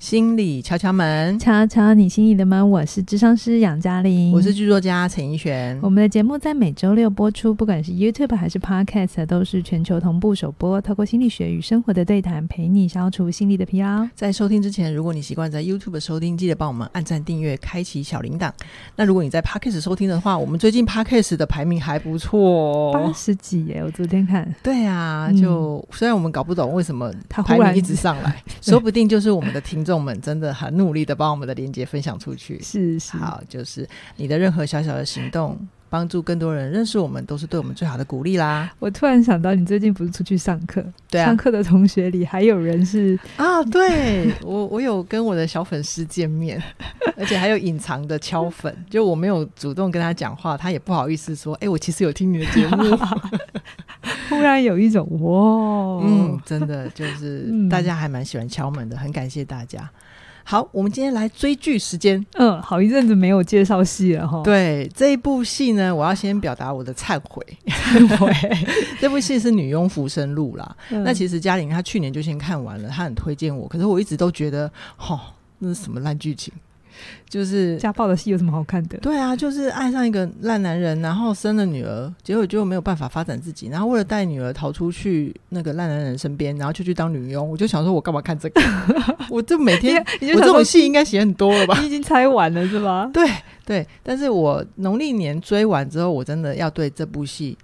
心理敲敲门，敲敲你心里的门，我是智商师杨嘉玲，我是剧作家陈奕璇。我们的节目在每周六播出，不管是 YouTube 还是 Podcast，都是全球同步首播。透过心理学与生活的对谈，陪你消除心理的疲劳。在收听之前，如果你习惯在 YouTube 收听，记得帮我们按赞、订阅、开启小铃铛。那如果你在 Podcast 收听的话，我们最近 Podcast 的排名还不错八哦。十几耶，我昨天看，对啊，嗯就、虽然我们搞不懂为什么他排忽然名一直上 来，说不定就是我们的听众们真的很努力的把我们的链接分享出去。是是，好，就是你的任何小小的行动，帮助更多人认识我们，都是对我们最好的鼓励啦。我突然想到，你最近不是出去上课？对啊上，课的同学里还有人是 啊，对我我有跟我的小粉丝见面，而且还有隐藏的敲粉，就我没有主动跟他讲话，他也不好意思说，哎、我其实有听你的节目。忽然有一种哇，嗯，真的就是哦嗯大家还蛮喜欢敲门的，很感谢大家。好，我们今天来追剧时间。嗯，好一阵子没有介绍戏了哈。，对这一部戏呢，我要先表达我的忏悔。 这部戏是《女佣浮生录》啦，那实其实嘉玲她去年就先看完了，她很推荐我，可是我一直都觉得，吼，那是什么烂剧情？就是家暴的戏有什么好看的？对啊，就是爱上一个烂男人，然后生了女儿，结果就没有办法发展自己，然后为了带女儿逃出去那个烂男人身边，然后就去当女佣。我就想说，我干嘛看这 个？我这每天你我就这想说种戏应该写很多了吧？ 你已经猜完了是吧？对对，但是我农历年追完之后，我真的要对这部戏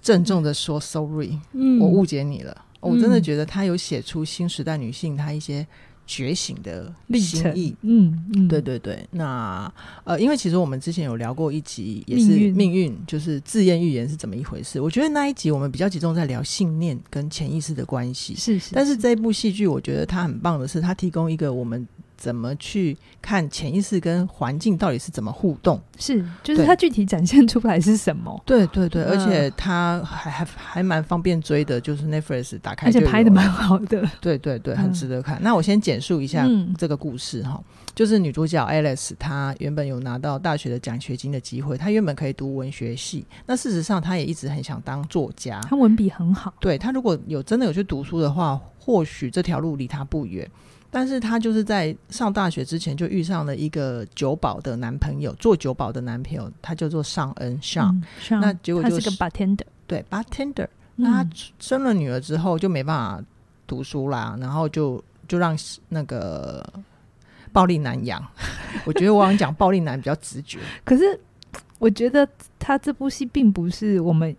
郑重的说 sorry。嗯我误解你了。我真的嗯觉得她有写出新时代女性她一些觉醒的历心程意。嗯嗯，对，对对，那呃，因为其实我们之前有聊过一集，也是命运命运，就是自验预言是怎么一回事。我觉得那一集我们比较集中在聊信念跟潜意识的关系，是是，但是这部戏剧我觉得它很棒的是，它提供一个我们怎么去看潜意识跟环境到底是怎么互动。是就是对它具体展现出来是什么，对对对，而嗯且它还还还蛮方便追的，就是 Netflix 打开而且哎就拍有的了蛮好的。对对对，嗯很值得看。那我先简 述一下嗯这个故事哈、就是女主角 Alice，她原本有拿到大学的奖学金的机会，她原本可以读文学系。那事实上，她也一直很想当作家。他文笔很好，对她如果有真的有去读书的话，或许这条路离她不远。但是她就是在上大学之前就遇上了一个酒保的男朋友，做酒保的男朋友，他叫做尚恩尚、嗯像啊那结果他就是个 bartender，对 bartender。那嗯她生了女儿之后就没办法读书啦，然后就就让那个暴力男养。 我觉得我想讲暴力男比较直觉，可是我觉得他这部戏并不是我们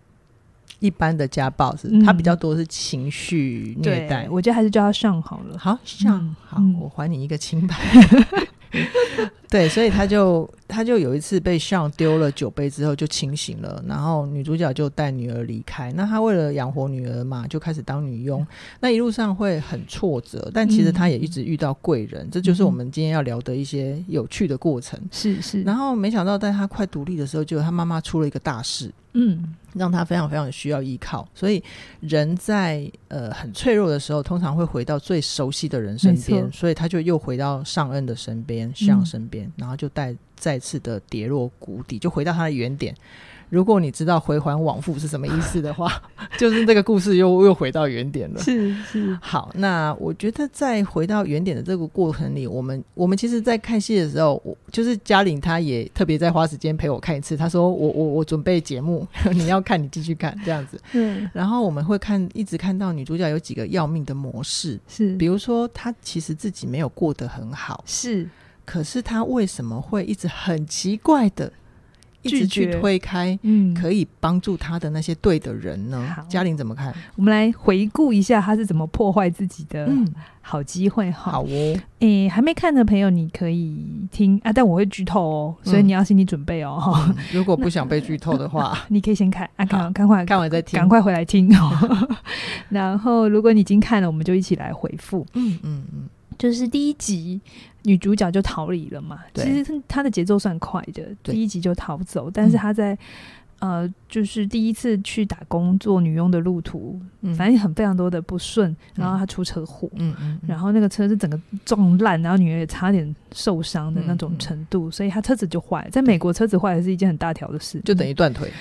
一般的家暴是、嗯他比较多是情绪虐待对，。我觉得还是叫他上好了。好像、嗯好嗯，我还你一个清白。对，所以他就他就有一次被上丢了酒杯之后就清醒了，然后女主角就带女儿离开。那他为了养活女儿嘛，就开始当女佣。那一路上会很挫折，但其实他也一直遇到贵人，这就是我们今天要聊的一些有趣的过程。是是，然后没想到，在他快独立的时候，就他妈妈出了一个大事，嗯，让他非常非常需要依靠。所以人在呃很脆弱的时候，通常会回到最熟悉的人身没边，错嗯所以他就又回到尚恩的身边、向身边，然后就再再次的跌落谷底，就回到他的原点。如果你知道回环往复是什么意思的话， 就是这个故事又又回到原点了。是是，好，那我觉得在回到原点的这个过程里，我们我们其实，在看戏的时候，我就是嘉玲，她也特别在花时间陪我看一次。她说我：“我我准备节目， 你要看你继续看这样子。嗯”然后我们会看，一直看到女主角有几个要命的模式，是比如说她其实自己没有过得很好，是可是她为什么会一直很奇怪的一直拒去绝推开嗯，可以帮助她的那些对的人呢好？嘉玲怎么看？我们来回顾一下他是怎么破坏自己的嗯，呃好机会哈。好哦， 诶、还没看的朋友，你可以听啊，但我会剧透哦，所以嗯你要心理准备哦。 哈嗯如果不想被剧透的 话。你可以先看啊，看完看完看完再听。赶快回来听 哦。然后，如果你已经看了，我们就一起来回复。嗯嗯嗯，就是第一集女主角就逃离了嘛，对其实她她的节奏算快的，对嗯第一集就逃走，但是她在、呃就是第一次去打工做女佣的路途，嗯反正很非常多的不顺，然后她出车祸，嗯嗯，然后那个车是整个撞烂，然后女儿也差点受伤的那嗯种嗯程度，所以她车子就坏了。在美国，车子坏了是一件很大条的事，就等于断腿，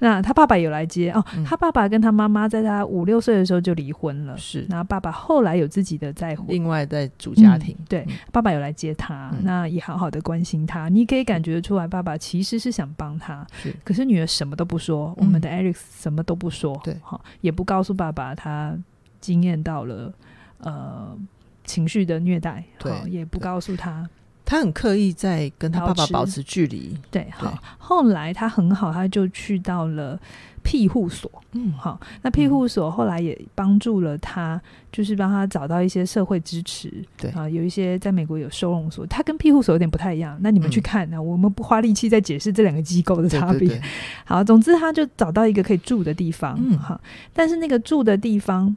那她爸爸有来接哦嗯，她爸爸跟她妈妈在她五六岁的时候就离婚了，是然后爸爸后来有自己的再婚。另外在组家庭，嗯对嗯，爸爸有来接她，嗯那也好好的关心她。你可以感觉得出来，爸爸其实是想帮她，是嗯可是女儿什么都不说，我们的 Eric 什么都不说，对哈，也不告诉爸爸他经验到了呃情绪的虐待，对好也不对告诉他，他很刻意在跟他爸保爸持保持距离，对，好。后来他很好，他就去到了庇护所，嗯，好，那庇护所后来也帮助了他，就是帮他找到一些社会支持，对啊，有一些在美国有收容所，他跟庇护所有点不太一样，那你们去嗯看啊，我们不花力气再解释这两个机构的对差别对，对，好，总之他就找到一个可以住的地方，嗯好，但是那个住的地方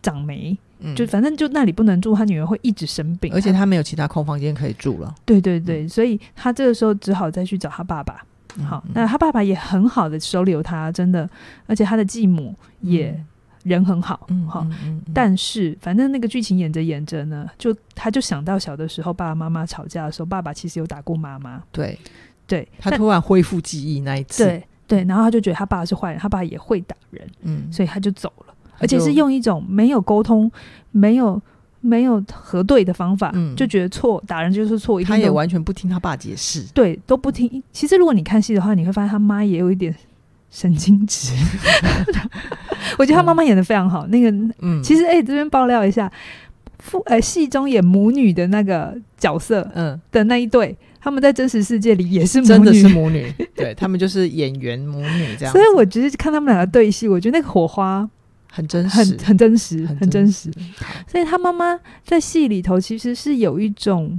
长霉，嗯就反正就那里不能住，他女儿会一直生病，啊而且他没有其他空房间可以住了，对对对，所以他这个时候只好再去找他爸爸。嗯好，嗯那他爸爸也很好的收留他，真的，而且他的继母也人很好，嗯好。嗯嗯嗯但是，反正那个剧情演着演着呢，就他就想到小的时候爸爸妈妈吵架的时候，爸爸其实有打过妈妈，对对，他但突然恢复记忆那一次，对对，然后他就觉得他爸是坏人，他爸也会打人，嗯，所以他就走了，他而且就是用一种没有沟通、没有没有核对的方法，嗯就觉得错打人就是错，一定他也都完全不听他爸解释，对都不听。其实如果你看戏的话，你会发现他妈也有一点神经质。 我觉得他妈妈演的非常好，那个嗯，其实实哎、这边爆料一下，父呃戏中演母女的那个角色嗯，的那一对，他们在真实世界里也是母女，真的是母 女，对他们就是演员母女这样子，所以我觉得看他们两个对戏，我觉得那个火花很真很实，很真实，很很真实。好所以他妈妈在戏里头其实是有一种，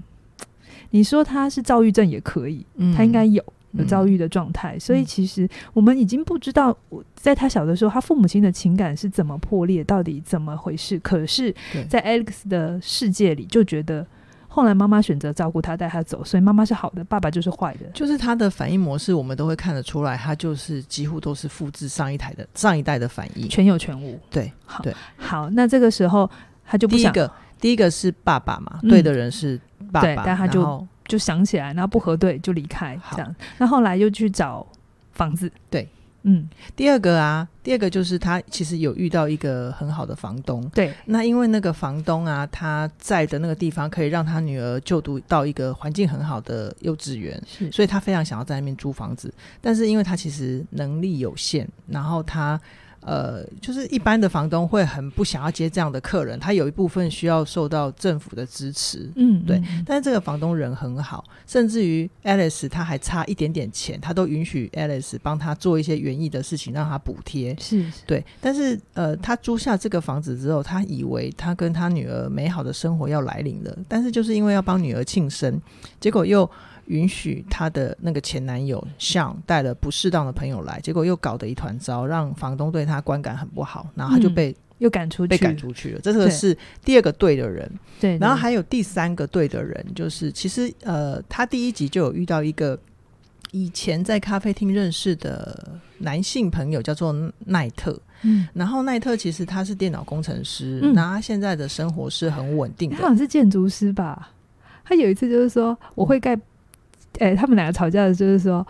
你说他是躁郁症也可以，嗯他应该有有躁嗯郁的状态。所以其实我们已经不知道，我在他小的时候，他父母亲的情感是怎么破裂，到底怎么回事。可是对，在 Alex 的世界里，就觉得后来妈妈选择照顾他，带他走，所以妈妈是好的，爸爸就是坏的。就是他的反应模式，我们都会看得出来，他就是几乎都是复制上一台的上一代的反应。全有全无，对，好对，好，那这个时候他就不第一想，个，第一个是爸爸嘛，嗯对的人是爸对爸，但他就然后就想起来，然后不核对就离开，好这样。那后来又去找房子，对，嗯，第二个啊，第二个就是他其实有遇到一个很好的房东，对，那因为那个房东啊，他在的那个地方可以让他女儿就读到一个环境很好的幼稚园，是所以他非常想要在那边租房子，但是因为他其实能力有限，然后他呃，就是一般的房东会很不想要接这样的客人，他有一部分需要受到政府的支持。嗯，对嗯，嗯但是这个房东人很好，甚至于 Alice 他还差一点点钱，他都允许 Alice 帮他做一些园艺的事情，让他补贴。是是对，但是呃，他租下这个房子之后，他以为他跟他女儿美好的生活要来临了，但是就是因为要帮女儿庆生，结果又允许他的那个前男友向带了不适当的朋友来，结果又搞得一团糟，让房东对他观感很不好，然后他就嗯被、又赶出去，被赶出去了。这个对嗯是第二个对的人，对，然后对还有第三个对的人，就是其实呃，他第一集就有遇到一个以前在咖啡厅认识的男性朋友，叫做奈特。嗯，然后奈特其实他是电脑工程师，嗯那他现在的生活是很稳定他好 的。像是建筑师吧？他有一次就是说我会盖，哎、他们两个吵架的就是说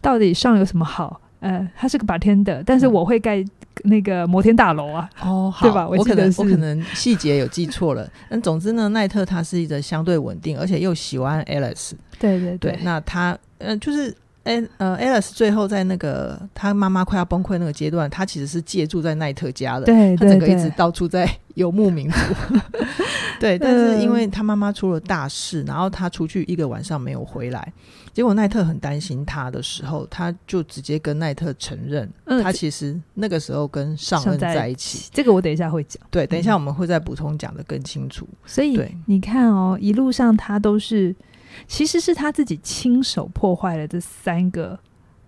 到底上有什么好？呃，他是个 bartender，但是嗯我会盖那个摩天大楼啊。哦，好， 对吧我我记可得能是我可能细节有记错 了，但总之呢，奈特他是一个相对稳定，而且又喜欢 Alice。对对对，对，那他呃就是。哎，呃，Alice 最后在那个他妈妈快要崩溃那个阶段，他其实是借住在奈特家的，对他整对个一直对，到处在 游牧民 族。对，但是因嗯为他妈妈出了大事，然后他出去一个晚上没有回来，结果奈特很担心他的时候，他就直接跟奈特承认，嗯他其实那个时候跟上任在一起。这个我等一下嗯会讲。对，等一下我们会再补充讲的更清楚。所以对你看哦，一路上他都是，其实是他自己亲手破坏了这三个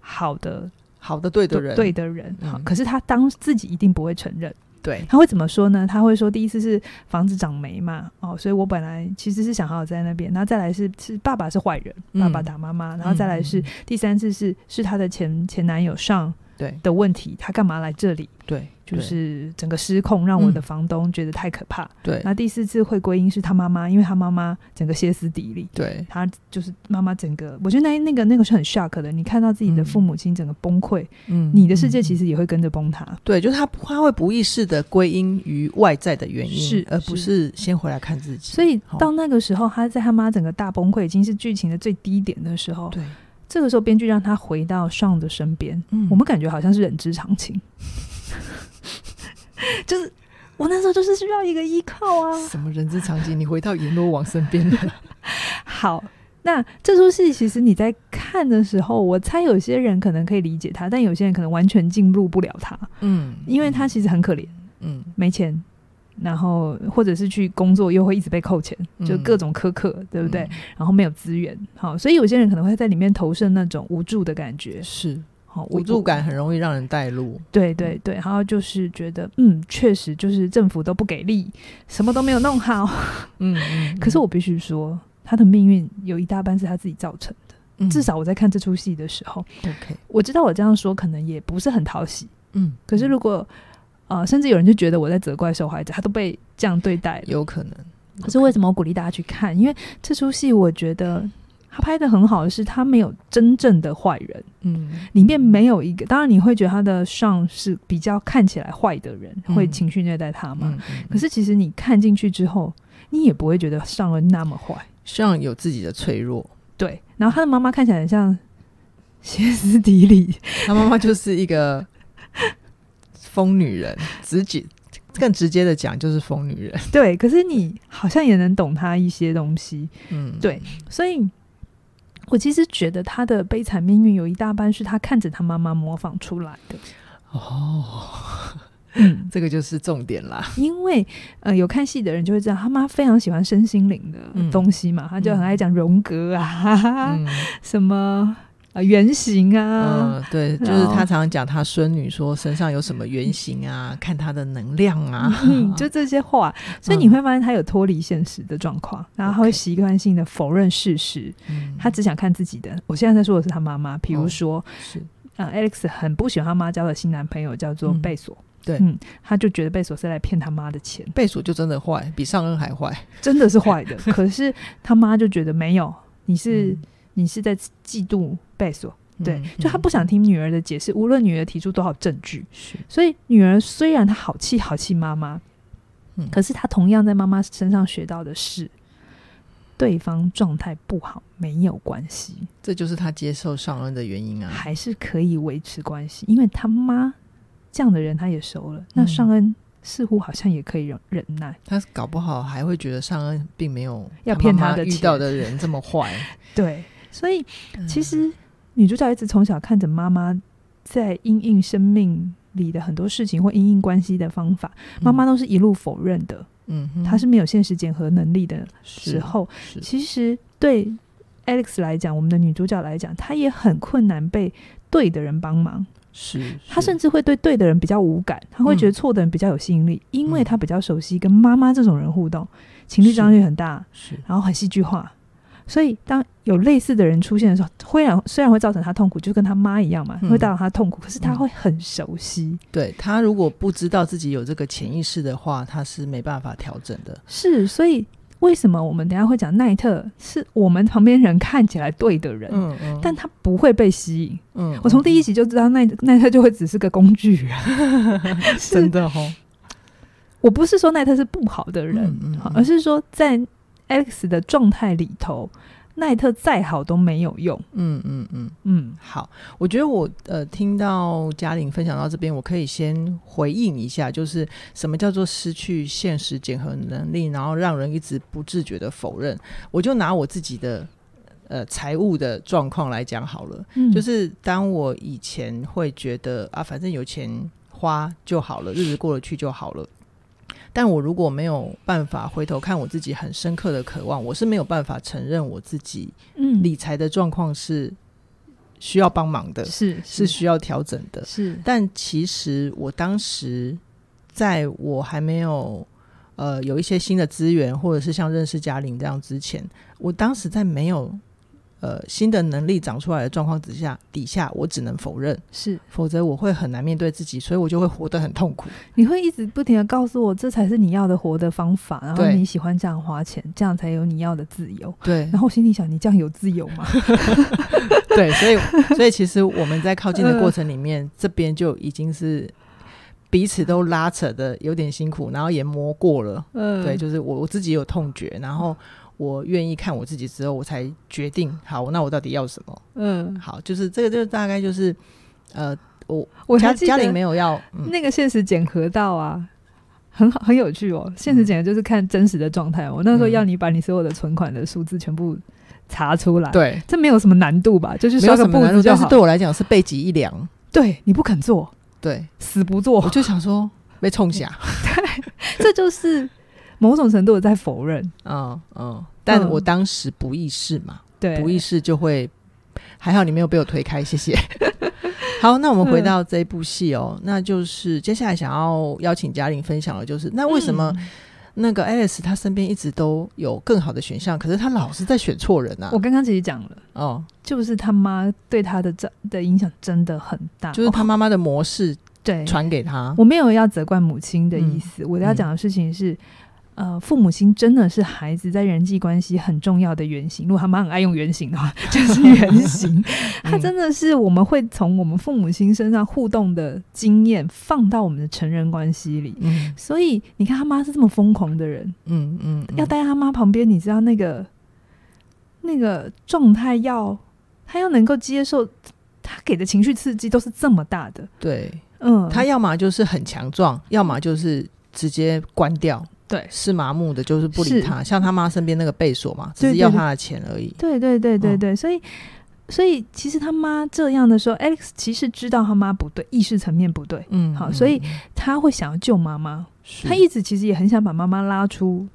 好的好的，对的人，对的人，嗯好，可是他当自己一定不会承认，对，他会怎么说呢？他会说，第一次是房子长霉嘛，哦，所以我本来其实是想好好在那边，然后再来是是爸爸是坏人，嗯爸爸打妈妈，然后再来是、嗯第三次是是他的前前男友上对的问题，他干嘛来这里？对，就对是整个失控，让我嗯的房东觉得太可怕。对那、第四次会归因是他妈妈，因为他妈妈整个歇斯底里，对他就是妈妈整个，我觉得那那个那个是很 shock 的。你看到自己的嗯父母亲整个崩溃，嗯你的世界嗯其实也会跟着崩塌。对，就是他他会不意识的归因于外在的原因，是而不是先回来看自己。所以好到那个时候，他在他妈整个大崩溃，已经是剧情的最低点的时候。对，这个时候，编剧让他回到上的身边，嗯我们感觉好像是人之常情， 就是我那时候就是需要一个依靠啊。什么人之常情，你回到阎罗王身边了。好，那这出戏其实你在看的时候，我猜有些人可能可以理解他，但有些人可能完全进入不了他， 嗯，因为他其实很可怜，嗯没钱，然后或者是去工作又会一直被扣钱，就嗯各种苛刻，对不对？嗯然后没有资源，好，所以有些人可能会在里面投射那种无助的感觉，是好，无助感，嗯很容易让人带入。对对对，然后就是觉得，嗯，确实就是政府都不给力，什么都没有弄好。嗯，嗯可是我必须说，他的命运有一大半是他自己造成的。嗯至少我在看这出戏的时候， OK。我知道我这样说可能也不是很讨喜，嗯，可是如果呃，甚至有人就觉得我在责怪受害者，他都被这样对待了。有可能，可是为什么我鼓励大家去看？因为这出戏，我觉得他拍的很好的是，他没有真正的坏人，嗯，里面没有一个。当然你会觉得他的上是比较看起来坏的人，嗯会情绪虐待他嘛。嗯，嗯可是其实你看进去之后，你也不会觉得上人那么坏。像有自己的脆弱，对，然后他的妈妈看起来很像歇斯底里，他妈妈就是一个疯女人，直接更直接的讲就是疯女人。对。可是你好像也能懂他一些东西，嗯，对，所以。我其实觉得他的悲惨命运有一大半是他看着他妈妈模仿出来的。 哦，嗯，这个就是重点啦。因为呃，有看戏的人就会知道，他妈非常喜欢身心灵的嗯东西嘛，他就很爱讲荣格啊，嗯什么呃原型啊，嗯，对，就然是后他常常讲他孙女说身上有什么原型啊，看她的能量啊，嗯， 就这些话，所以你嗯会发现他有脱离现实的状况，然后他会 OK 习惯性的否认事实，嗯他只想看自己的。我现在在说的是他妈妈，比如哦说、是呃，Alex 很不喜欢他妈交的新男朋友叫做嗯贝索。对嗯，他就觉得贝索是来骗他妈的钱，贝索就真的坏，比尚恩还坏，真的是坏 的。可是他妈就觉得没有，你是、你是在嫉妒贝索。嗯对，嗯就他不想听女儿的解释，无论女儿提出多少证据，是所以女儿虽然她好气好气妈妈，嗯可是她同样在妈妈身上学到的是，对方状态不好没有关系，这就是他接受尚恩的原因啊。还是可以维持关系，因为他妈这样的人她也熟了，那嗯尚恩似乎好像也可以忍忍耐，他搞不好还会觉得尚恩并没有要骗妈他妈的遇钱到的人这么坏。 对，所以其嗯实女主角一直从小看着妈妈在因应生命里的很多事情或因应关系的方法，妈妈，都是一路否认的，嗯哼，她是没有现实检核能力的时是候，是其实对 Alex 来讲，我们的女主角来讲，她也很困难被对的人帮忙，是，她是甚至会对对的人比较无感，她会嗯觉得错的人比较有吸引力，因为嗯她比较熟悉跟妈妈这种人互动，情绪是张力很大，是然后很戏剧化。所以，当有类似的人出现的时候，虽然虽然会造成他痛苦，就跟他妈一样嘛，嗯会带到他痛苦，可是他嗯会很熟悉。对他如果不知道自己有这个潜意识的话，他是没办法调整的。是，所以为什么我们等一下会讲奈特是我们旁边人看起来对的人，嗯嗯但他不会被吸引。嗯我从第一嗯集就知道奈奈特就会只是个工具人。真 是的哦，我不是说奈特是不好的人，嗯嗯好嗯而是说在 Alex 的状态里头，奈特再好都没有用。嗯嗯嗯。嗯，好，我觉得我呃听到嘉玲分享到这边，我可以先回应一下，就是什么叫做失去现实检核能力，然后让人一直不自觉的否认。我就拿我自己的呃财务的状况来讲好了，嗯就是当我以前会觉得啊，反正有钱花就好了，日子过得去就好了。但我如果没有办法回头看我自己很深刻的渴望，我是没有办法承认我自己嗯理财的状况是需要帮忙的，是是需要调整的。是但其实我当时在我还没有呃有一些新的资源，或者是像认识嘉玲这样之前，我当时在没有呃新的能力长出来的状况之下底下，我只能否认，是，否则我会很难面对自己，所以我就会活得很痛苦。你会一直不停的告诉我，这才是你要的活的方法，然后对你喜欢这样花钱，这样才有你要的自由。对然后我心里想，你这样有自由吗？ 对，所以所以其实我们在靠近嗯的过程里面，这边就已经是彼此都拉扯的有点辛苦，然后也磨过了。嗯，对，就是我我自己有痛觉，然后我愿意看我自己之后，我才决定好，那我到底要什么？嗯，好，就是这个，就大概就是呃，我我家还记家里得没有要，嗯，那个现实检核到啊。很好，很有趣哦。现实检核就是看真实的状态。哦我那时候嗯要你把你所有的存款的数字全部查出来，，对，这没有什么难度吧？就去没刷有个什么步难子度，就但是好。对我来讲是背脊一凉。对你不肯做，对，死不我 做，就想说被冲下， 这就是某种程度的在否认。嗯嗯，但嗯我当时不意识嘛，对，不意识就会。还好你没有被我推开，谢 谢。好，那我们回到这一部戏嗯哦，那就是接下来想要邀请嘉玲分享的，就是那为什么嗯那个 Alice 她身边一直都有更好的选项，可是她老是在选错人啊我？刚刚其实讲了，哦，就是他妈对他的这的影响真的很大，就是她哦妈妈的模式对。传给她。我没有要责怪母亲的意思，我要讲的事情是。呃，父母亲真的是孩子在人际关系很重要的原型。如果他妈很爱用原型的话， 就是原型。他真的是我们会从我们父母亲身上互动的经验放到我们的成人关系里。嗯所以你看，他妈是这么疯狂的人，嗯嗯，嗯要待在他妈旁边，你知道那个那个状态要，他要能够接受他给的情绪刺激都是这么大的，对，嗯，她要么就是很强壮，要么就是直接关掉，对是麻木的，就是不理是她。像她妈身边那个贝索嘛，只对是对要对她的钱而已。对对对对嗯对，所以所以其实他妈这样的时候，Alex 其实知道他妈不对，意识层面不对，嗯好嗯所以嗯他会想要救妈妈，是他一直其实也很想把妈妈拉出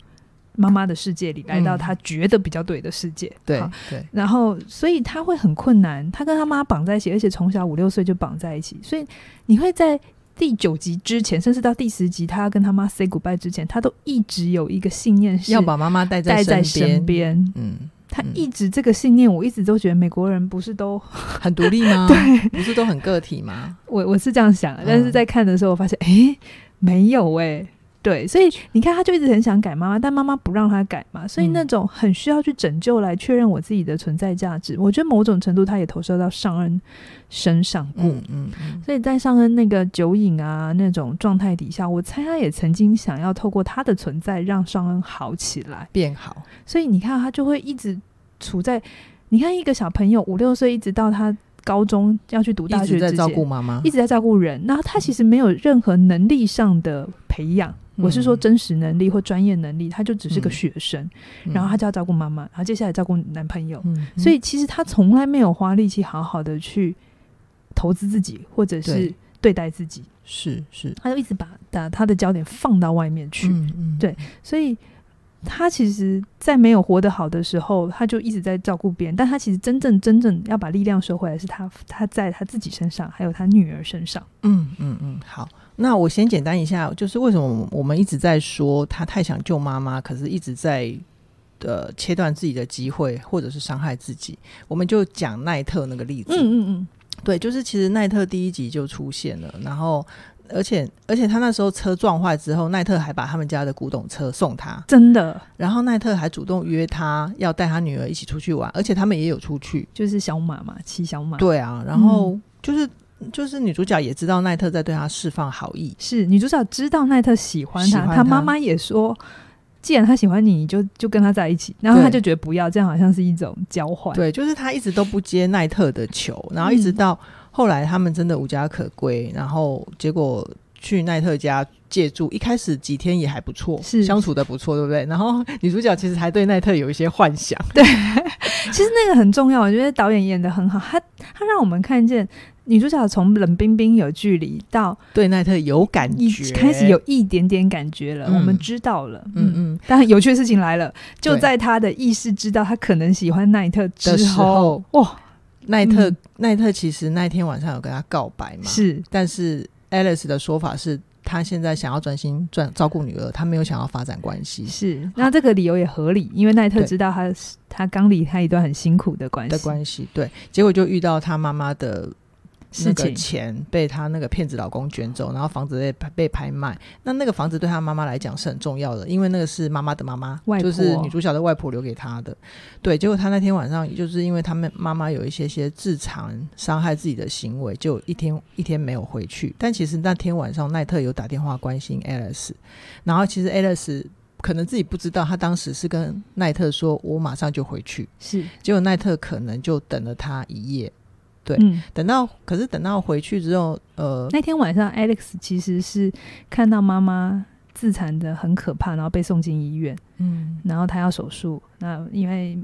妈妈的世界里，来嗯到他觉得比较对的世界，对好对，然后，所以他会很困难。他跟他妈绑在一起，而且从小五六岁就绑在一起，所以你会在第九集之前，甚至到第十集，他要跟他妈 say goodbye 之前，他都一直有一个信念是要把妈妈带带在身边。身 边。嗯，他一直这个信念，我一直都觉得美国人不是都 很独立吗？对，不是都很个体吗？我我是这样想的嗯，但是在看的时候，我发现诶，没有诶，对，所以你看，他就一直很想改妈妈，但妈妈不让他改嘛，所以嗯那种很需要去拯救来确认我自己的存在价值，我觉得某种程度他也投射到尚恩身上过。嗯嗯嗯，所以在尚恩那个酒瘾啊那种状态底下，我猜他也曾经想要透过他的存在让尚恩好起来。变好。所以你看，他就会一直处在，你看一个小朋友五六岁，一直到他高中要去读一大直学在之照顾前，妈妈一，直在照顾人。那他其实没有任何能力上的培养，嗯我是说真实能力或专业能力，他就只是个嗯学生。嗯然后他，就要照顾妈妈，然后接下来照顾男朋友，嗯，所以其实他从来没有花力气好好的去投资自己，或者是对对待自己，是是他就一直把把他的焦点放到外面去。嗯嗯，对所以他其实，在没有活得好的时候，他就一直在照顾别人，但他其实真正真正要把力量收回来，是他他在他自己身上，还有他女儿身上。嗯嗯嗯，好。那我先简单一下，就是为什么我们一直在说他太想救妈妈，可是一直在呃切断自己的机会，或者是伤害自己。我们就讲奈特那个例子，嗯嗯对，就是其实奈特第一集就出现了，然后而且而且他那时候车撞坏之后，奈特还把他们家的古董车送他，真的然后奈特还主动约他要带他女儿一起出去玩，而且他们也有出去。就是小马嘛，骑小马。对啊，然后就是、就是女主角也知道奈特在对他释放好意，是女主角知道奈特喜欢喜他，欢他她妈妈也说，既然他喜欢你，你就就跟他在一起。然后对他就觉得不要，这样好像是一种交换。嗯对，就是他一直都不接奈特的球，然后一直到后来他们真的无家可归，然后结果去奈特家借住，一开始几天也还不错，是相处的不错，对不对？然后女主角其实还对奈特有一些幻想，其实那个很重要，我觉得导演演的很好，他他让我们看见女主角从冷冰冰有距离到对奈特有感一觉，开始有一点点感觉了，嗯我们知道了，嗯嗯嗯。嗯但有趣的事情来了，就对在他的意识知道他可能喜欢奈特之的时后，候，哇、奈特、嗯奈特其实那天晚上有跟他告白嘛，是但是 Alice 的说法是他现在想要专心赚照顾女儿，他没有想要发展关系是，那这个理由也合理，因为奈特对知道他是他刚离开一段很辛苦的关系的关系。对，结果就遇到他妈妈的那事个情，钱被她那个骗子老公卷走，然后房子被拍被拍卖。那那个房子对她妈妈来讲是很重要的，因为那个是妈妈的妈妈外，就婆是女主角的外婆留给她的。对，结果她那天晚上，就是因为他们妈妈有一些些自残、伤害自己的行为，就一天一天没有回去。但其实那天晚上，奈特有打电话关心 Alice，然后其实 Alice。可能自己不知道，她当时是跟奈特说：“我马上就回去。是，”结果奈特可能就等了她一夜，对嗯，等到可是等到回去之后，呃，那天晚上 Alex 其实是看到妈妈自残的很可怕，然后被送进医院，嗯，然后他要手术，那因为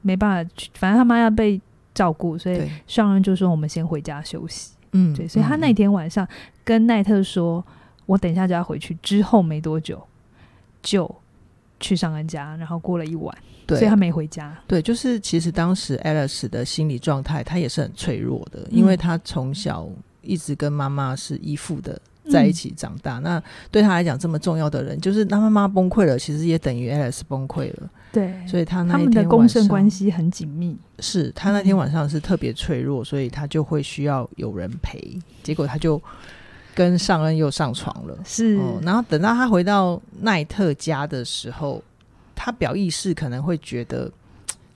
没办法去，反正他妈要被照顾，所以对，上任就说我们先回家休息。嗯对，所以他那天晚上跟奈特说：“我等一下就要回去。”之后没多久就去上恩家，然后过了一晚，所以对他没回家。对，就是其实当时 Alice 的心理状态，她也是很脆弱的，嗯因为她从小一直跟妈妈是依附的。在嗯一起长大，那对她来讲这么重要的人，就是她妈妈崩溃了，其实也等于 Alice 崩溃了，对，所以她那哎他一们的天公晚胜上关系嗯很紧密。是她那天晚上是特别脆弱，所以她就会需要有人陪，结果她就跟尚恩又上床了，是，哦，然后等到他回到奈特家的时候，他表意识可能会觉得，嘖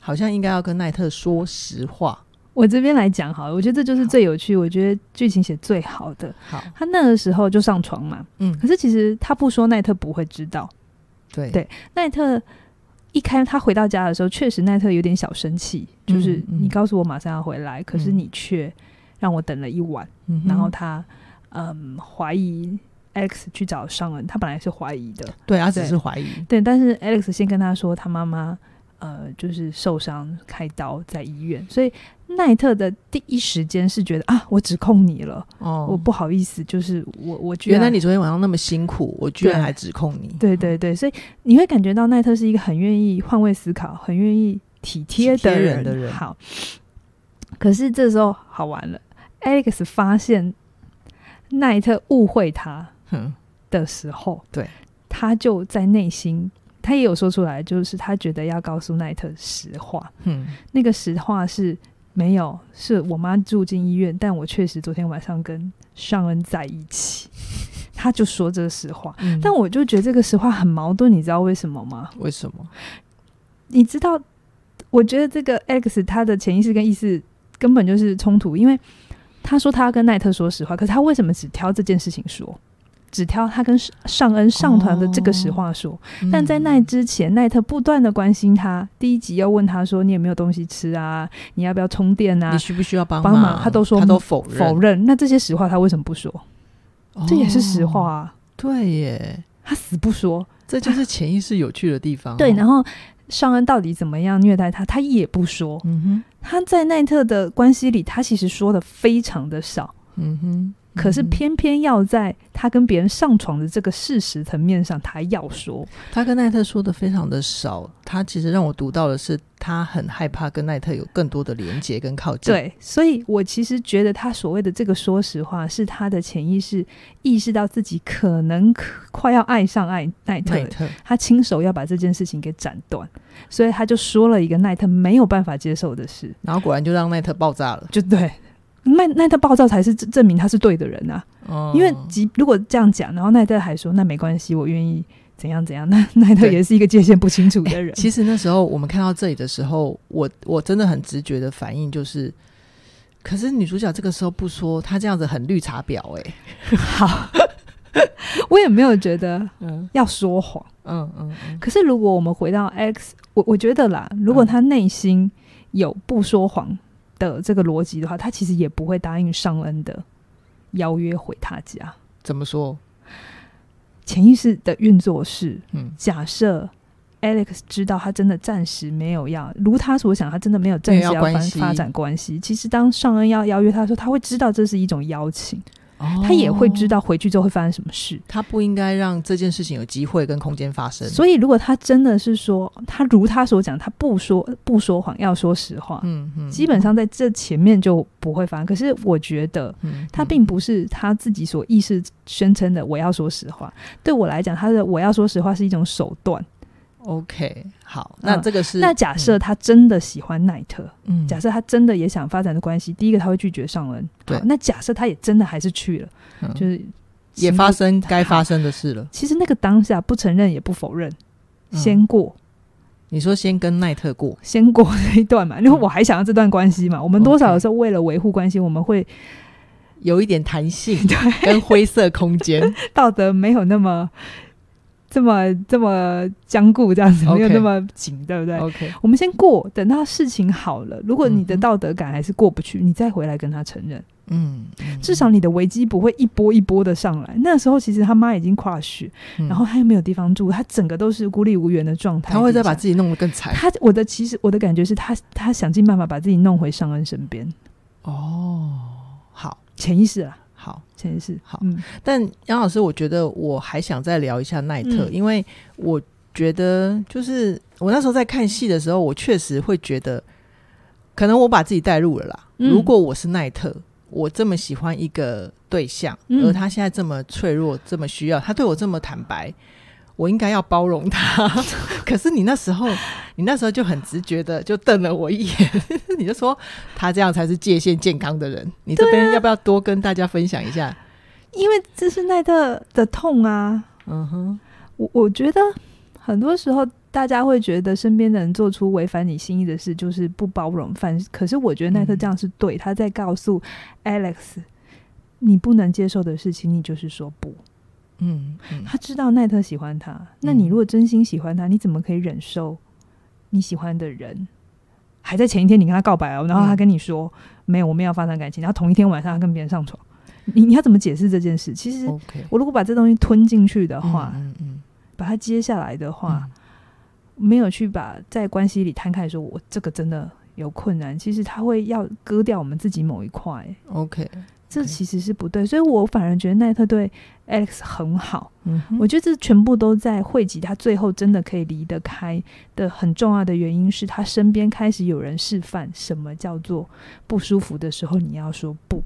好像应该要跟奈特说实话。我这边来讲好了，我觉得这就是最有趣，我觉得剧情写最好的。好，他那个时候就上床嘛，嗯，可是其实他不说，奈特不会知道。对对奈特一开他回到家的时候，确实奈特有点小生气，就是嗯你告诉我马上要回来，可是嗯你却让我等了一晚。嗯哼然后他嗯怀疑 Alex 去找上恩，他本来是怀疑的，对他只对是怀疑，对，但是 Alex 先跟他说他妈妈呃就是受伤开刀在医院，所以奈特的第一时间是觉得啊我指控你了，哦，我不好意思，就是我我居原然来你昨天晚上那么辛苦，我居然对还指控你。对对对，所以你会感觉到奈特是一个很愿意换位思考、很愿意体贴体贴的人的人好，可是这时候好玩了，Alex 发现奈特误会他哼，的时候，对，他就在内心，他也有说出来，就是他觉得要告诉奈特实话，嗯，那个实话是。没有，是我妈住进医院，但我确实昨天晚上跟尚恩在一起，他就说这实话。嗯 但我就觉得这个实话很矛盾，你知道为什么吗？为什么？你知道，我觉得这个 X 他的潜意识跟意识根本就是冲突，因为他说他要跟奈特说实话，可是他为什么只挑这件事情说？只挑他跟上恩上团的这个实话说，但在那嗯之前，奈特不断的关心他。第一集又问他说：“你有没有东西吃啊？你要不要充电啊你需不需要帮帮忙忙？他都说他都否？”否认，认。那这些实话他为什么不说？哦这也是实话。啊，对耶，他死不说。这就是潜意识有趣的地方哦。对，然后尚恩到底怎么样虐待他，他也不说。嗯他在奈特的关系里，他其实说的非常的少，哼，嗯哼，可是嗯哼偏偏要在他跟别人上床的这个事实层面上，他要说。他跟奈特说的非常的少，他其实让我读到的是，他很害怕跟奈特有更多的连接跟靠近。，对，所以我其实觉得他所谓的这个说实话，是他的潜意识意识到自己可能可快要爱上爱奈特奈了，特，他亲手要把这件事情给斩断，所以他就说了一个奈特没有办法接受的事，然后果然就让奈特爆炸了。就对。奈奈特暴躁才是证证明他是对的人啊！哦因为即如果这样讲，然后奈特还说那没关系，我愿意怎样怎样，那奈特对也是一个界限不清楚 的人。其实那时候我们看到这里的时候，我我真的很直觉的反应就是，可是女主角这个时候不说，她这样子很绿茶婊哎、好，我也没有觉得嗯要说谎。嗯嗯嗯，可是如果我们回到 X，我我觉得啦，如果他内心有不说谎的这个逻辑的话，他其实也不会答应尚恩的邀约回他家。怎么说？潜意识的运作是，嗯，假设 Alex 知道他真的暂时没有要，如他所想，他真的没有暂没时有要要发关系发展关系。其实当尚恩要邀约他的时候，他会知道这是一种邀请，哦他也会知道回去之后会发生什么事。他不应该让这件事情有机会跟空间发生。所以，如果他真的是说，他如他所讲，他不说不说谎，要说实话，嗯嗯，基本上在这前面就不会发生。可是，我觉得嗯他并不是他自己所意识宣称的“我要说实话”。对我来讲，他的“我要说实话”是一种手段。 OK 好，那嗯这个是那假设他真的喜欢奈特，嗯假设他真的也想发展的关系，第一个他会拒绝上恩。对好那假设他也真的还是去了，嗯就是也行发不。生该发生的事了。其实那个当下不承认也不否认，嗯先过、 你说先跟奈特过，先过这一段嘛，因为我还想要这段关系嘛。我们多少嗯 OK 有时候为了维护关系，我们会有一点弹性 跟灰色空间。 道德没有那么。这么这么坚固，这样子 OK 没有那么紧，对不对？ OK 我们先过，等到事情好了。如果你的嗯哼道德感还是过不去，你再回来跟他承认。嗯，至少你的危机不会一波一波的上来。那时候其实他妈已经跨血，嗯然后他又没有地方住，他整个都是孤立无援的状态。他会再把己。自己弄得更惨。他我的其实我的感觉是他他想尽办法把自己弄回尚恩身边，哦，好潜意识啦，啊好。潜意识。好嗯但杨老师，我觉得我还想再聊一下奈特，嗯因为我觉得就是我那时候在看戏的时候，我确实会觉得，可能我把自己带入了啦。嗯如果我是奈特，我这么喜欢一个对象，嗯而他现在这么脆弱，这么需要，他对我这么坦白。我应该要包容他， 可是你那时候，你那时候就很直觉的就瞪了我一眼， 你就说他这样才是界限健康的人。你这啊边要不要多跟大家分享一下？因为这是奈特的痛啊，嗯哼，我我觉得很多时候大家会觉得身边的人做出违反你心意的事就是不包容犯，可是我觉得奈嗯特这样是对，他在告诉 Alex，你不能接受的事情，你就是说不。嗯，嗯他知道奈特喜欢他，那你如果真心喜欢他，你怎么可以忍受你喜欢的人还在前一天你跟他告白哦，然后他跟你说、嗯没有，我们要发展感情，然后同一天晚上他跟别人上床，嗯你你要怎么解释这件事？其实 OK 我如果把这东西吞进去的话，哦嗯嗯，把它接下来的话哇，，没有去把在关系里摊开说，我这个真的有困难，其实他会要割掉我们自己某一块，嗯 OK，这 OK 其实是不对，所以我反而觉得奈特对 Alex 很好。嗯哼，我觉得这全部都在汇集他最后真的可以离得开的很重要的原因，是他身边开始有人示范什么叫做不舒服的时候你要说不，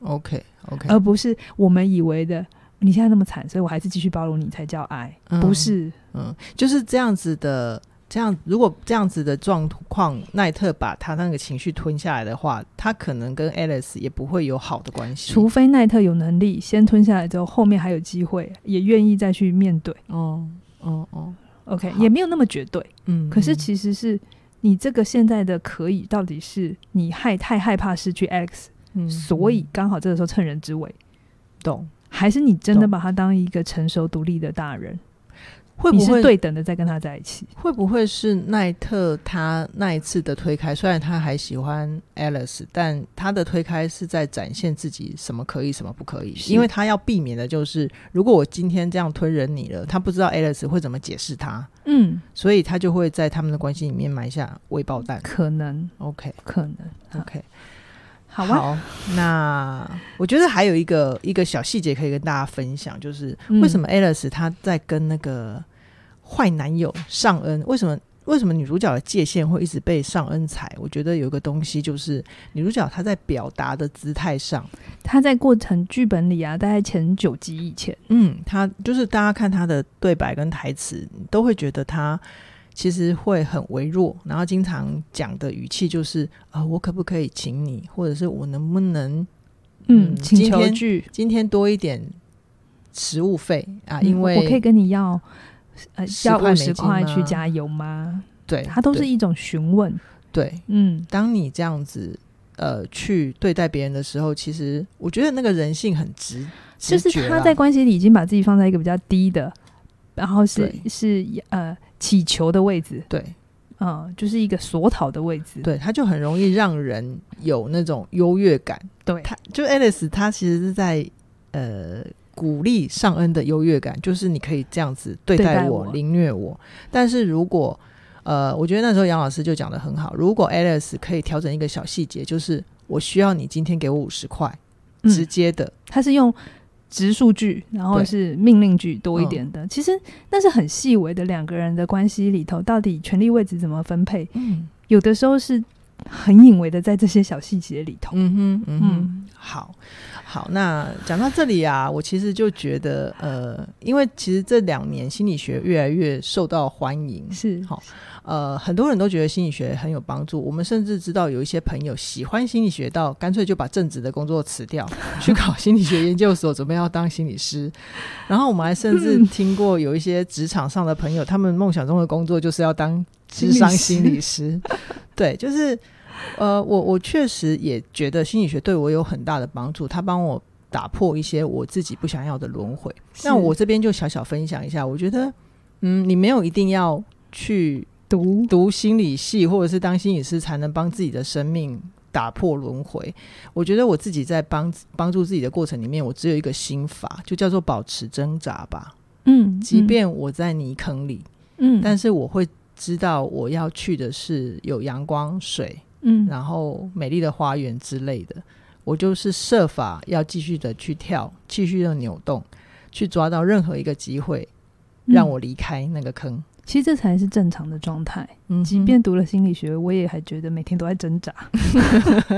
OK OK，而不是我们以为的你现在那么惨，所以我还是继续包容你才叫爱，嗯不，是？嗯，就是这样子的。这样，如果这样子的状况，奈特把他那个情绪吞下来的话，他可能跟 Alice 也不会有好的关系。除非奈特有能力先吞下来之后，后面还有机会，也愿意再去面对。哦哦哦， OK，好也没有那么绝对，嗯，可是嗯其实是你这个现在的可以，到底是你害太害怕失去 Alex，嗯所以刚好这个时候趁人之危。懂还是你真的懂把他当一个成熟独立的大人？会你不是会对等的在跟他在一起？会不会是奈特他那一次的推开？虽然他还喜欢 Alice，但他的推开是在展现自己什么可以，什么不可以。是因为他要避免的就是，如果我今天这样推人你了，他不知道 Alice 会怎么解释他，嗯，所以他就会在他们的关系里面埋下未爆 弹。可能， OK 可能，啊 OK，好啊。好，那我觉得还有一个一个小细节可以跟大家分享，就是嗯为什么 Alice 她在跟那个坏男友尚恩，为什么为什么女主角的界限会一直被尚恩踩？我觉得有一个东西就是女主角她在表达的姿态上，嗯他在过程剧本里啊，大概前九集以前，嗯，她就是大家看她的对白跟台词，都会觉得她。其实会很微弱，然后经常讲的语气就是啊、呃我可不可以请你，或者是我能不能嗯嗯，请今求天剧，今天多一点食物费啊，嗯因为我可以跟你要，呃， 10要块五美十金块去吗加油吗？对，它都是对一种询问。对。嗯，当你这样子呃去对待别人的时候，其实我觉得那个人性很直，就直是觉他啦在关系里已经把自己放在一个比较低的，然后是对是呃祈求的位置，对嗯，就是一个索讨的位置。对，他就很容易让人有那种优越感。对，他就 Alice，他其实是在呃鼓励尚恩的优越感，就是你可以这样子对对待待我、我凌虐我。但是如果呃，我觉得那时候杨老师就讲的很好，如果 Alice 可以调整一个小细节，就是我需要你今天给我五十块，嗯直接的，它是用直述句，然后对嗯是命令句多一点的。其实那是很细微的两个人的关系里头，到底权力位置怎么分配，嗯有的时候是很隐微的在这些小细节里头。嗯哼嗯哼，嗯好好。那讲到这里啊，我其实就觉得，呃，因为其实这两年心理学越来越受到欢迎，嗯是好呃，很多人都觉得心理学很有帮助。我们甚至知道有一些朋友喜欢心理学到干脆就把正职的工作辞掉，去考心理学研究所，准备要当心理师。然后我们还甚至 嗯听过有一些职场上的朋友，他们梦想中的工作就是要当智心理商师心理师。对，就是呃，我我确实也觉得心理学对我有很大的帮助，它帮我打破一些我自己不想要的轮回。是那我这边就小小分享一下，我觉得，嗯，你没有一定要去读读心理系或者是当心理师，才能帮自己的生命打破轮回。我觉得我自己在帮帮助自己的过程里面，我只有一个心法，就叫做保持挣扎吧。嗯，即便我在泥坑里，嗯，但是是我会知道我要去的是有阳光、水，嗯然后美丽的花园之类的。我就是设法要继续的去跳，继续的扭动，去抓到任何一个机会，让嗯我离开那个坑。其实这才是正常的状态。嗯哼，即便读了心理学，我也还觉得每天都在挣扎。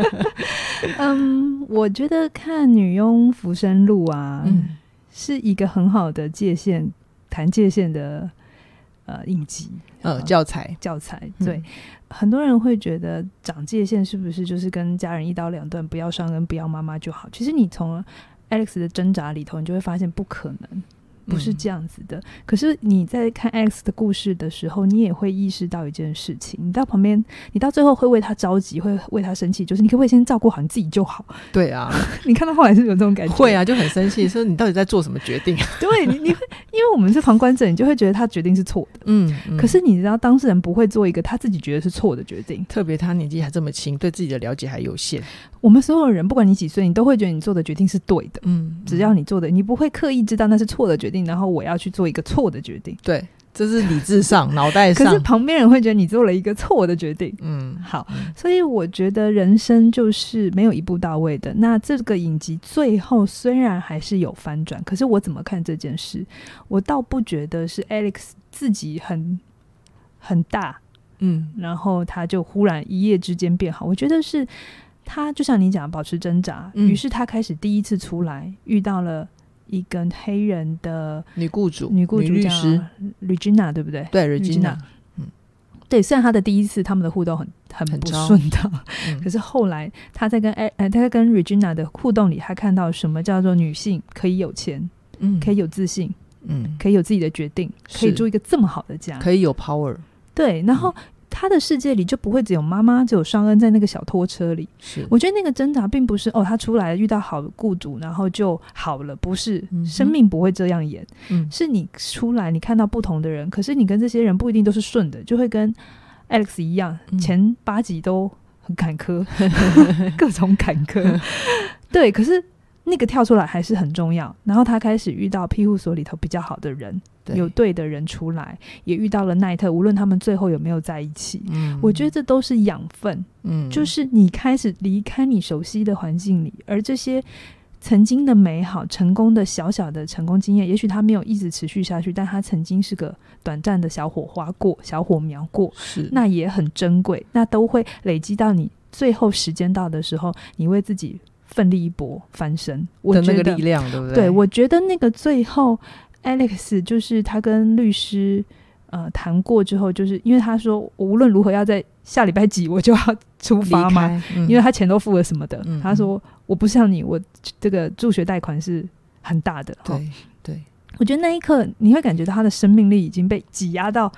嗯，我觉得看女佣浮生录啊，嗯是一个很好的界限谈界限的呃影集呃教材，教材。嗯对，很多人会觉得长界限是不是就是跟家人一刀两断，不要伤人，不要妈妈就好？其实你从 Alex 的挣扎里头，你就会发现不可能。不是嗯这样子的。可是你在看 Alex 的故事的时候，你也会意识到一件事情：你到旁边，你到最后会为他着急，会为他生气，就是你可不可以先照顾好你自己就好？对 啊，你看到后来是不是有这种感觉，会，啊，就很生气，说你到底在做什么决定？啊对你，你会，因为我们是旁观者，你就会觉得他决定是错的。嗯，可是你知道，当事人不会做一个他自己觉得是错的决定。特别他年纪还这么轻，对自己的了解还有限。我们所有人，不管你几岁，你都会觉得你做的决定是对的。嗯，只要你做的，你不会刻意知道那是错的决定，然后我要去做一个错的决定。对，这是理智 上、脑袋可上是，旁边人会觉得你做了一个错的决定。嗯好，所以我觉得人生就是没有一步到位的。那这个影集最后虽然还是有翻转，可是我怎么看这件事，我倒不觉得是 Alex 自己很很大，嗯然后他就忽然一夜之间变好。我觉得是他就像你讲，保持挣扎，嗯于是他开始第一次出来遇到了一个黑人的女雇主、女雇主啊律叫师， Regina，对不对？对 Regina ，Regina，嗯对，虽然他的第一次他们的互动很很很不糟顺当，嗯可是后来他在跟哎呃他在跟 Regina 的互动里，他看到什么叫做女性可以有钱，嗯可以，有自信，嗯，可以有自己的决定，可以是住一个这么好的家。可以有 power，对，嗯然后他的世界里就不会只有妈妈，只有尚恩在那个小拖车里。是，我觉得那个挣扎并不是哦，他出来遇到好的雇主然后就好了，不是，嗯哼生命不会这样演。嗯是你出来，你看到不同的人，可是你跟这些人不一定都是顺的，就会跟 Alex 一样，嗯前八集都很 坎坷，各种坎坷。对，可是那个跳出来还是很重要。然后他开始遇到庇护所里头比较好的人，对有，对的人出来，也遇到了奈特，无论他们最后有没有在一起。嗯我觉得，这都是养分，嗯，就是你开始离开你熟悉的环境里，而这些曾经的美好、成功的小小的成功经验，也许它没有一直持续下去，但它曾经是个短暂的小火花过、小火苗过，是，那也很珍贵，那都会累积到你最后时间到的时候，你为自己奋力一搏、翻身。我的觉那得个力量，对不对？对，我觉得那个最后 Alex 就是他跟律师呃谈过之后，就是因为他说无论如何要在下礼拜几我就要 出离发嘛，开，嗯因为他钱都付了什么的。嗯他说我不像你，我这个助学贷款是很大的。哦，对对，我觉得那一刻你会感觉到他的生命力已经被挤压到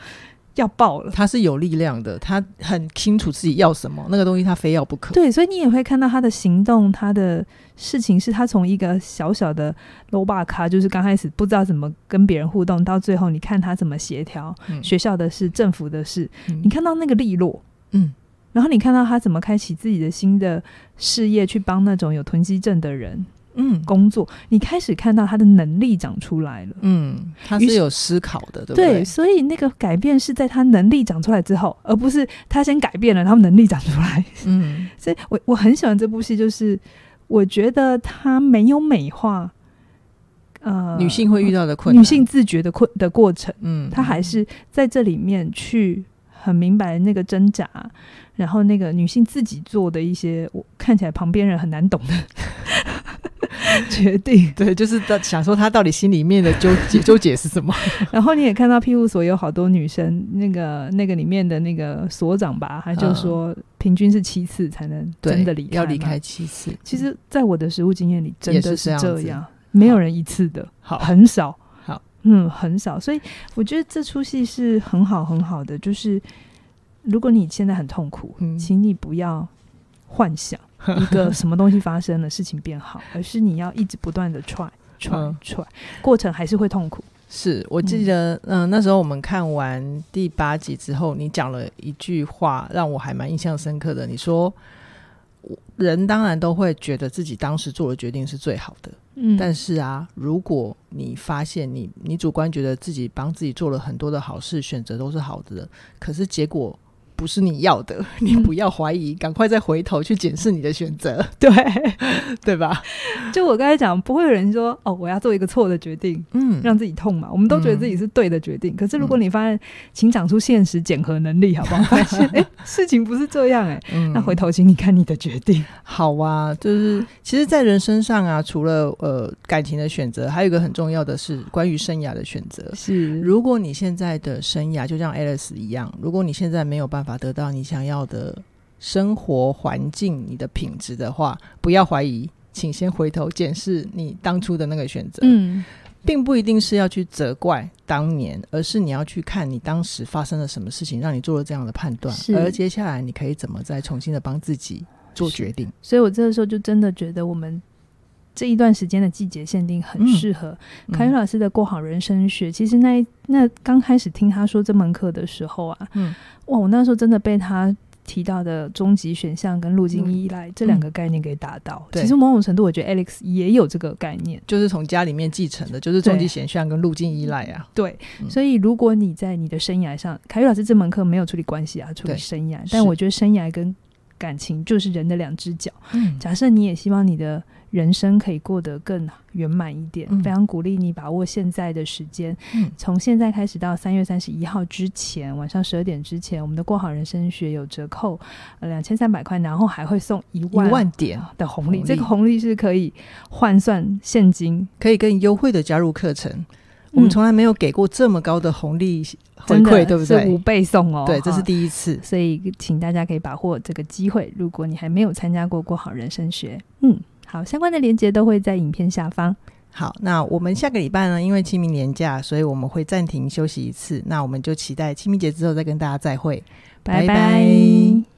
要爆了。他是有力量的，他很清楚自己要什么，那个东西他非要不可。对，所以你也会看到他的行动，他的事情是他从一个小小的 low bar 咖，就是刚开始不知道怎么跟别人互动，到最后你看他怎么协调嗯学校的事、政府的事，嗯你看到那个利落，嗯，然后你看到他怎么开启自己的新的事业，去帮那种有囤积症的人嗯工作，你开始看到他的能力长出来了。嗯，他于是是有思考的，对不对，所以那个改变是在他能力长出来之后，而不是他先改变了，然后能力长出来。嗯所以我我很喜欢这部戏，就是我觉得他没有美化，呃，女性会遇到的困难，女性自觉的困的过程，嗯，他还是在这里面去很明白那个挣扎，然后那个女性自己做的一些我看起来旁边人很难懂 的决定。对，就是在想说她到底心里面的纠 结纠结是什么？然后你也看到庇护所有好多女生，那个那个里面的那个所长吧，他就说平均是七次才能嗯对，真的离开，要离开。七次，其实，在我的实务经验里，真的也是这这样子样，没有人一次的，好，很少，好，嗯，很少。所以我觉得这出戏是很好很好的，就是如果你现在很痛苦，嗯请你不要幻 想一个什么东西发生了，事情变好，而是你要一直不断的 try try 嗯 try，、过程还是会痛苦。是我记得，嗯、那时候我们看完第八集之后，你讲了一句话，让我还蛮印象深刻的。你说，我人当然都会觉得自己当时做的决定是最好的，嗯但是是啊，如果你发现你你主观觉得自己帮自己做了很多的好事，选择都是好的，可是结果。不是你要的， 嗯你不要怀疑，赶快再回头去检视你的选择， 对，对吧？就我刚才讲，不会有人说哦，我要做一个错的决定，嗯让自己痛嘛。我们都觉得自己是对的决定，可是如果你发现，请长出现实检核能力，好不好？发现哎、诶事情不是这样 哎、诶嗯那回头请你看你的决定。好啊，就是其实，在人身上啊，除了呃感情的选择，还有一个很重要的是关于生涯的选择。 是如果你现在的生涯就像 Alice 一样，如果你现在没有办法得到你想要的生活环境、你的品质的话，不要怀疑，请先回头检视你当初的那个选择，嗯，并不一定是要去责怪当年，而是你要去看你当时发生了什么事情，让你做了这样的判断，是而接下来你可以怎么再重新的帮自己做是决定。所以我这个时候就真的觉得我们。这一段时间的季节限定很适合凯瑞嗯老师的《过好人生学》。其实那一那刚开始听他说这门课的时候啊，嗯哇，我那时候真的被他提到的终极选项跟路径依赖、这两个概念给打到。对其实某种程度，我觉得 Alex 也有这个概念。就是从家里面继承的，就是终极对选项跟路径依赖啊。对，嗯所以如果你在你的生涯上，凯瑞老师这门课没有处理关系啊，处理对生涯，是但我觉得生涯跟感情就是人的两只脚。嗯假设你也希望你的人生可以过得更圆满一点，嗯非常鼓励你把握现在的时间，嗯从现在开始到三月三十一号之前，晚上十二点之前，我们的过好人生学有折扣，呃两千三百块，然后还会送一一万万点的红红利利，这个红利是可以换算现金。可以更优惠的加入课程，我们嗯从来没有给过这么高的红利回真的馈，对不是五对？倍送哦，对，这是哈第一次。所以请大家可以把握这个机会。如果你还没有参加过过好人生学，嗯，好，相关的链接都会在影片下方。好，那我们下个礼拜呢，因为清明年假，所以我们会暂停休息一次。那我们就期待清明节之后再跟大家再会。拜拜拜拜